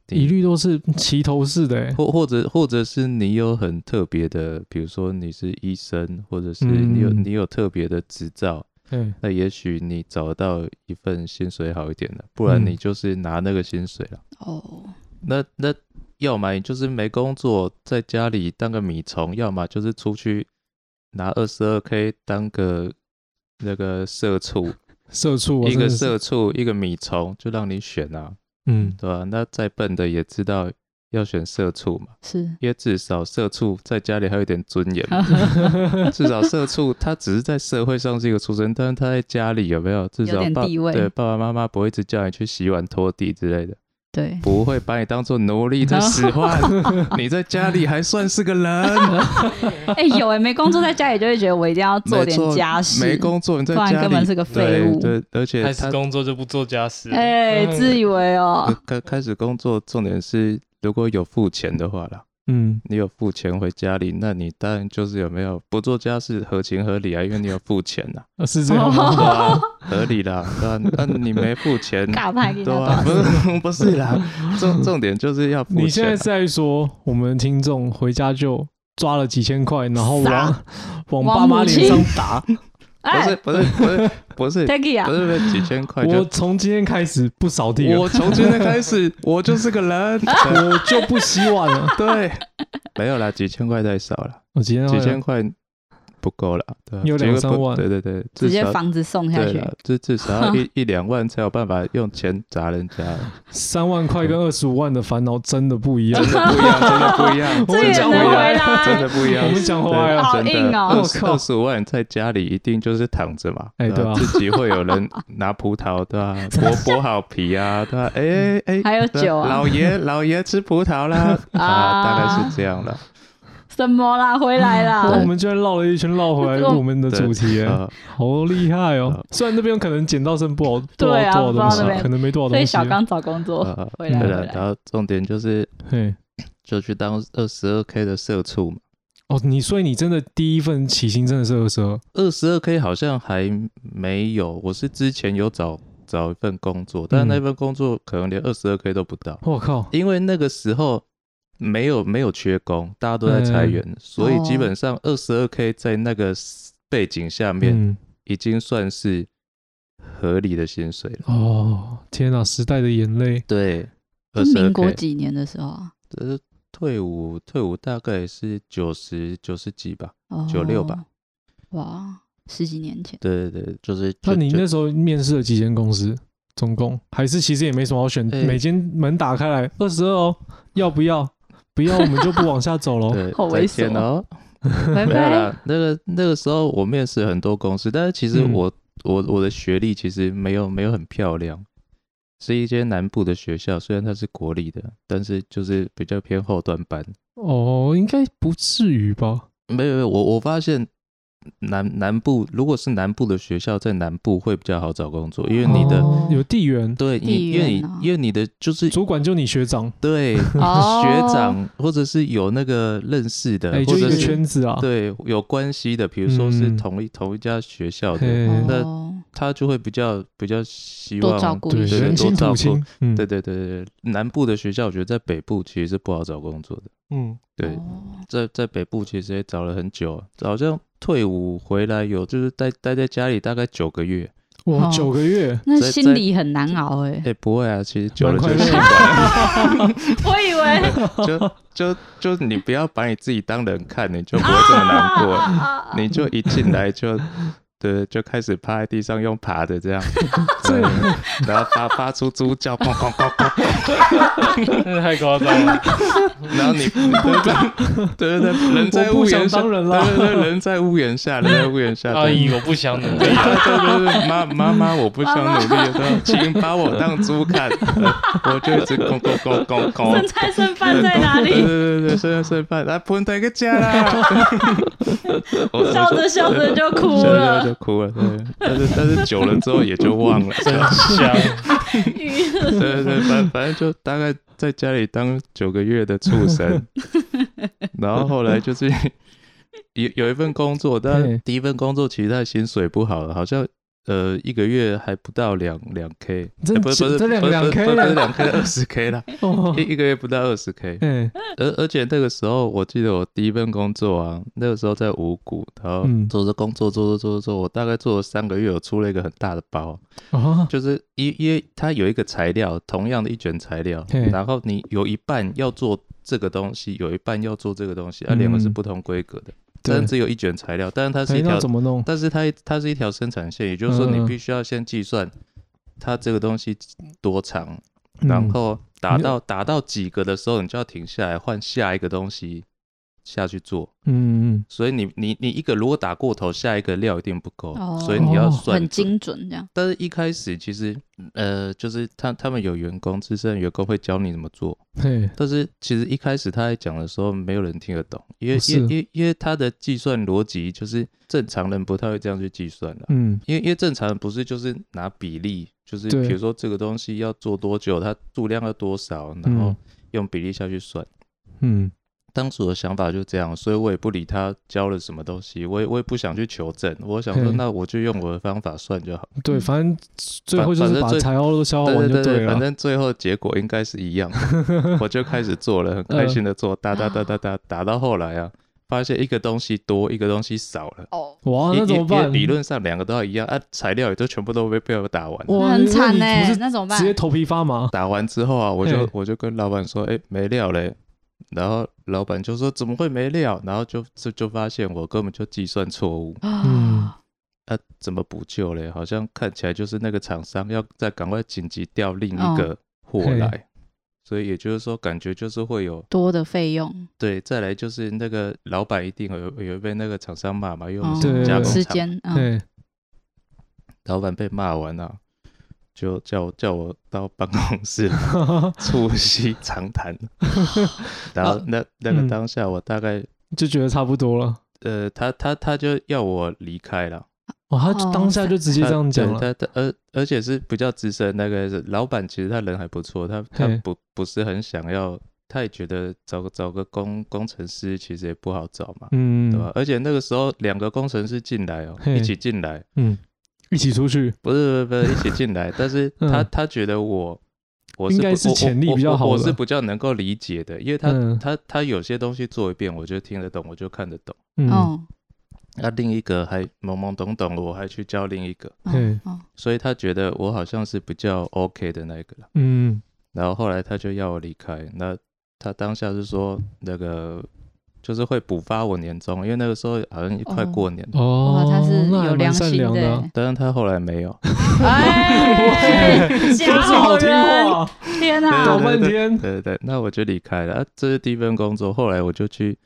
一
你
律都是齐头式的欸，
或或者或者是你有很特别的，比如说你是医生，或者是
嗯
你有、你有特别的执照，
对，
那也许你找到一份薪水好一点的，不然
嗯
你就是拿那个薪水啦。
哦，
那那要么你就是没工作，在家里当个米虫；要么就是出去拿二十二 k 当个那个社畜，
社畜啊
一
真
个
的是
社畜，一个米虫，就让你选啊，
嗯，
对吧、那再笨的也知道要选社畜嘛，
是
因为至少社畜在家里还有一点尊严嘛，
[laughs]
至少社畜他只是在社会上是一个出身，但是他在家里有没有至
有
少
点
爸
地位
对爸爸妈妈不会一直叫你去洗碗拖地之类的。
对，
不会把你当做奴隶在
[laughs]
使唤，你在家里还算是个人，
哎，有哎，没工作在家里就会觉得我一定要做
没
点
错
家事，
没工作你在
不然
家
根本
里
是个废物。
对 [laughs] 对，而且
开
他
始工作就不做家事，
哎，自以为哦
开，开开始工作，重点是如果有付钱的话啦，
嗯，
你有付钱回家里，那你当然就是有没有不做家事合情合理啊，因为你有付钱呐，
啊是这样
哦
[laughs]
吗？
对吧？
嗯
合理啦，对吧？那你没付钱，
尬拍给
对
他
啊
多少
吧？不
钱？
是不是啦，重重点就是要付
你现在
钱
是
啊。
在说我们听众回家就抓了几千块，然后
撒
往 [laughs] 往
往
爸妈
母
脸
亲
上
[laughs]
打。
不
哎
是啊不是不
[laughs]
是不是
，Taki 啊
不，是不是几千块就
我从今天开始不扫地了，
我从今天开 [laughs] 始，我就是个 [laughs] 人。对
我就不洗碗
[laughs]
了。
对，没有啦，几千块太少了，
我今天
几千块不够啦。对啊，
你有
几个
两三
不
万
对对对，
直
至
接
少
房子送下
对啊
去，
了，至至少
[laughs]
要一一两万才有办法用钱砸人家，
三万块跟二十五万的烦恼真的不一样
[laughs] 真。的不一样，真的不一
[laughs]
样，
这也
真的
能
不一
回
来
样， [laughs] 真的不一样。
我们讲回来
好
真的
硬哦
二
我
十
靠
二十五万在家里一定就是躺着嘛，
哎
吧
对啊
自己会有人拿葡萄，
[laughs]
对吧？剥剥好皮啊，对吧？哎哎，
还有酒啊
老爷老爷吃葡
[laughs]
萄啦，
啊
啊，大概是这样的。
什么啦？回来啦！
我们居然绕了一圈，绕回来我们的主题耶，
呃，
好厉害
嗯
哦！虽然那边可能捡到剩不好多
对啊
少多少
不知道
东
那
西，
边
可能没多少
所以
东西
小
啊。
刚找工作，
呃
哦回来
对
回
了，然
来，
后重点就是
嘿，
就去当二十二 K 的社畜嘛，
哦，你所以你真的第一份起薪真的是二十二，
二十二 K 好像还没有，我是之前有找找一份工作，但
嗯
那份工作可能连二十二 K 都不到。
我靠！
因为那个时候没有没有缺工，大家都在裁员，所以基本上二十二 k 在那个背景下面
嗯，
已经算是合理的薪水了。
哦，天哪，时代的眼泪，
对，二
是
十二
民国
k，
几年的时候啊？
这是退伍退伍大概也是九十九十几吧。
哦
96吧？
哇，十几年
[laughs]
前，
对对对，就是
那
就
你
就
那时候面试了几间公司？总共还是其实也没什么好选，
哎
每间门打开来二十二哦，要不要？不要我们就不往下走喽。
[laughs] 对
好
再
猥
见
琐
哦。
拜
啊
没有
拜。
[laughs]
啦，那个那个时候我面试很多公司，但是其实
嗯
我、我我的学历其实没有没有很漂亮，是一间南部的学校，虽然它是国立的，但是就是比较偏后端班。
哦，应该不至于吧？
没有没有，我我发现南南部如果是南部的学校，在南部会比较好找工作，因为你的、
哦有地缘，
对
地
你因为
缘
你
啊
因为你的就是
主管就你学长，
[laughs]
对、
哦
学长，或者是有那个认识的，
哎，
或
就一
者
个
是
圈子啊。
对有关系的，比如说是
嗯
同一、同一家学校的。
嘿，
哦
那他就会比较比较希望
多照顾
对，
一
对
下哦
人，
多
亲
照
土
顾
亲，嗯，
对，对对对，对南部的学校，我觉得在北部其实是不好找工作的。
嗯，
对，
哦
在在北部其实也找了很久，好像退伍回来有就是待待在家里大概九个月，
哇，
哦
九个
[laughs]
月，
那
这
心里很难熬哎、
[laughs] 哎、不会啊，其实久了
蛮快
就
乐
习惯
[laughs] 我
了。
以为
就就你不要把你自己当人看，你就不会这么
[laughs]
难过。
啊
你就一进来就对，就开始趴在地上用爬的
[laughs]
这样，对，然后发发出猪叫，哐哐哐哐，
真的太夸张
[laughs]
了。
啊
[laughs]
然后你对 [laughs] 对对对，人在
我不
屋
想
檐下，
当人啦
对对对，人在屋檐下，人在屋檐下，
[laughs] 阿
对啊
姨，我不想努 [laughs]
对对
力。
对对，妈妈妈，我不想努力，说请把我当猪看， [laughs] 呃我就一直拱拱拱拱拱。
剩菜剩饭在哪
对 [laughs] 对
里？
对对，剩下剩饭，来喷他个
[laughs]
家啦！我
笑着笑着就哭
笑着
[laughs] 了
就，哭了，对。但是但是久了之后也就忘了，
真香，
鱼
对 [laughs] 对对，反反正就大概在家里当九个月的畜
[laughs]
生，然后后来就是有 [laughs] 有一份工作，但
嘿
第一份工作其实他薪水不好，好像呃一个月还不到两两 k，哎
真
不是不是
真两
不是
两
不
K
是不
了
是两 k 二十
[laughs]
k 啦，
哦，
一一个月不到二十 k，
哎，
而而且那个时候，我记得我第一份工作啊，那个时候在五谷，然后
嗯
做着工作，做做做做做，我大概做了三个月，我出了一个很大的包，
啊，
就是因因为它有一个材料，同样的一卷材料
嘿，
然后你有一半要做这个东西，有一半要做这个东西，啊，
嗯
两个是不同规格的，
对
但只有一卷材料，但是它是
哎
一
那
条，
怎么弄？
但是它它是一条生产线，也就是说
嗯
你
嗯
必须要先计算它这个东西多长，
嗯
然后达
你
到达到几个的时候，你就要停下来换下一个东西下去做。
嗯嗯
所以你你你一个如果打过头，下一个料一定不够，
哦
所以你要
哦
算
很
准
精准这样。
但是一开始其实呃，就是他他们有员工，资深的员工会教你怎么做，
嗯，嘿，
但是其实一开始他在讲的时候，没有人听得懂，因为
哦是
因为因为因为他的计算逻辑就是正常人不太会这样去计算的。
嗯
因为因为正常人不是就是拿比例，就是
对
比如说这个东西要做多久，它数量要多少，然后
嗯
用比例下去算。
嗯，
当初的想法就这样，所以我也不理他教了什么东西，我也我也不想去求证，我想说
嘿
那我就用我的方法算就好。
嗯对，反正最后就
嗯反
是
正
把
最
材料都消化
对
完哦就
对对，
了
反。正最后结果应该是一样的，
[laughs]
我就开始做了，很开心的
嗯
做，打打打打打打到后来啊，发现一个东西多，一个东西少了。
哦，
哇，
因
那怎么
因因为
办？
理论上两个都要一样啊，材料也都全部都被被我打完。
哇，
很
那
惨
你
呢、
不是
那怎么办
直？接头皮发麻。
打完之后啊，我就
嘿
我就跟老板说，哎、没料嘞。然后老板就说怎么会没料？然后就就就发现我根本就计算错误，
嗯
啊，
啊，怎么补救嘞？好像看起来就是那个厂商要再赶快紧急调另一个货
嗯嘿
来，所以也就是说，感觉就是会有
多的费用，
对，再来就是那个老板一定有有被那个厂商骂嘛，因为我们
哦
是
对
加工
时
厂，
间， [laughs] 嗯，
对，
老板被骂完了、就叫我叫我到办
[laughs]
公室促膝长谈，然后
哦
那那个
嗯
当下我大概、
就觉得差不多了。
呃，他他他就要我离开了，
哇，他就
哦
当下就直接
他
这样讲
对
了。
他他而而且是比较资深那个老板，其实他人还不错，他他
嘿
不不是很想要，他也觉得找个找个工工程师其实也不好找嘛，对吧
嗯？
而且那个时候两个工程师进来哦，
嘿
一起进来，
嗯，一起出去。
不是不是不是一起进来，但是他
嗯
他觉得我。我
应
不
该是
我
潜力比较
我我
好
我
的
是比较能够理解的，因为他、
嗯
他他有些东西做一遍，我就听得懂，我就看得懂。
嗯，
哦，
那、另一个还懵懵懂懂的，我还去教另一个，
嘿
嗯，哦，
所以他觉得我好像是比较 OK 的那一个了。
嗯，
然后后来他就要我离开，那他当下是说那个就是会补发我年终，因为那个时候好像也快
哦
过年了，
哦
哇，，他是
那还
有
蛮
良
善
心
良
的
啊
欸，
但是他后来没有。 [laughs]
[laughs]
哎， [laughs]
真
假
是好
好
听
人，
话，
天
搞
哪！
半天。
对对对，那我就离开了、啊。这是第一份工作，后来我就去，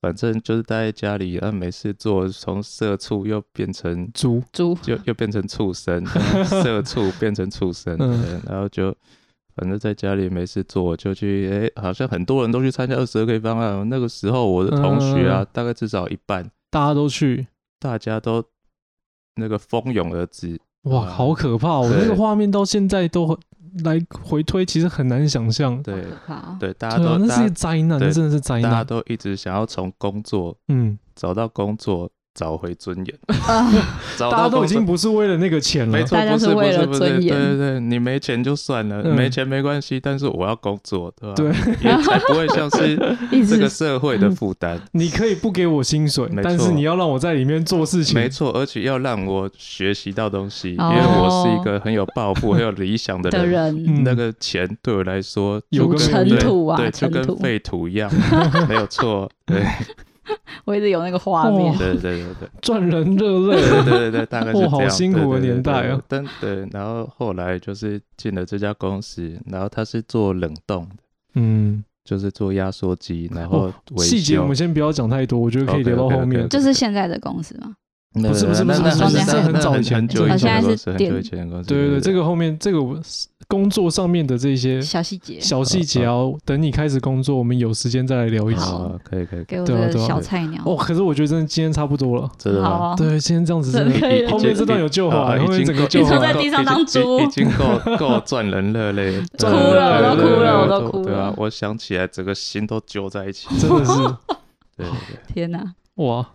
反正就是待在家里，啊，没事做，从社畜又变成
猪，
猪
又又变成畜生，
[laughs]
社畜变成畜生，
嗯
对然后就反正在家里没事做，就去，诶，好像很多人都去参加二十二 K 方案哦。那个时候我的同学啊，
嗯
大概至少一半，
大家都去，
大家都那个蜂拥而至，
哇，
嗯
好可怕！哦！
对
那个画面到现在都很来回推，其实很难想象。
对
可怕哦，
对，大家
对啊，
都
那
大
是一个
家
灾难，
对
那真的是灾
大家
难。
都一直想要从工作
嗯，
找到工作找回尊严，
啊，
找
大家
到
都
工
已经
作。
不是为了那个钱了
哦没，错，
大家
不
是
是不
为
是
了
不是，
尊
对
严
对对，你没钱就算了，
嗯
没钱没关系，但是我要工作，对吧？
对，
也才不会像是
一
这
直
个社会的负担。
你可以不给我薪水
没，错
但是你要让我在里面做事情
没。错，而且要让我学习到东西，因
哦
为我是一个很有抱负、很有理想的
的
人。
人
嗯
那个钱对我来说，
有
如
个
尘
对
土啊，
对，就
尘
跟
土，
废土一样，没有错。对
我一直有那个画面
哇。
对对对对
赚人热泪，
对对 [laughs] 对对，大概是这
哇
样。
好辛苦的
对对对
年代啊
对对但对，然后后来就是进了这家公司，然后他是做冷冻的，
嗯，
就是做压缩机，然后维
细节
修
我们先不要讲太多，我觉得可以聊到
OK，OK，OK，
后面
OK，OK。
就是现在的公司嘛，
那
不是不是
那
不
是
那
不是
那
是
那
很
那
早
很
以前
很久
好
以
像
前的公
是
司，很
电
久以前的公司。
对对对，这个后面这个我工作上面的这些
小细节，
小细节啊，
嗯
等你开始工作，我们有时间再来聊一集。
好，可以可以，可以
给我
对啊
的
对啊
小菜鸟。
哦，可是我觉得真的今天差不多了。
真的吗？
好哦，
对，今天这样子真
真
的
的，可以了啊
后面这段有救回来，
已
后面
经
整个
够
救
已
回
经
来
在
了。
地上当猪
已经够够赚人热泪，
[laughs]
赚人热泪哭了我都哭了我
都哭了
对啊，我想起来，整个心都揪在一起。
[laughs] 真的是
对对
天哪，
哇，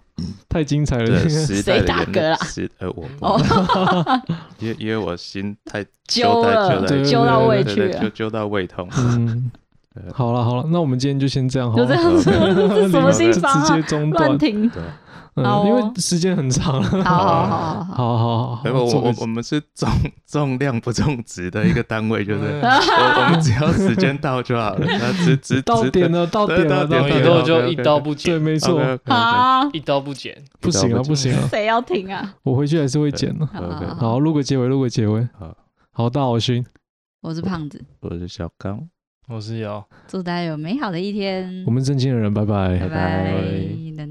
太精彩了！
对，对
今天
时代
[laughs] 谁打
的
嗝
眼
啦
泪，时呃我不
哦，
[laughs] 因为因为我心太
揪
在
了
揪在
对
揪到胃
对
去
对对，
了
就，揪到
[laughs]
胃痛。
嗯，
对
好了好了，那我们今天就先这样好
就这
了，
样子， [laughs] 这是什么
你们
地方
直
啊？
接中断
乱，停，
对啊，
好
嗯，
哦
因为时间很长了。
好好好好好，
好好好，
然后我
做个
我我们是重重量不重质的一个单位，就是 [laughs]
[laughs] 嗯
我我们只要时间到就好了，那只只
到点了，到点了，
到
到
点
我
点
以
了
后
到，
就一刀不
对，
剪，
没错，
好，
一刀不剪。
不行啊，不行啊，
谁要停啊？
我回去还是会剪的。
好好好，
好，录个结尾，录个结尾。
好，
好，大好勋，
我是胖子，
我是小刚。
我是姚。
祝大家有美好的一天
嗯我，们正经的人，拜拜
拜
拜
拜
拜，
噔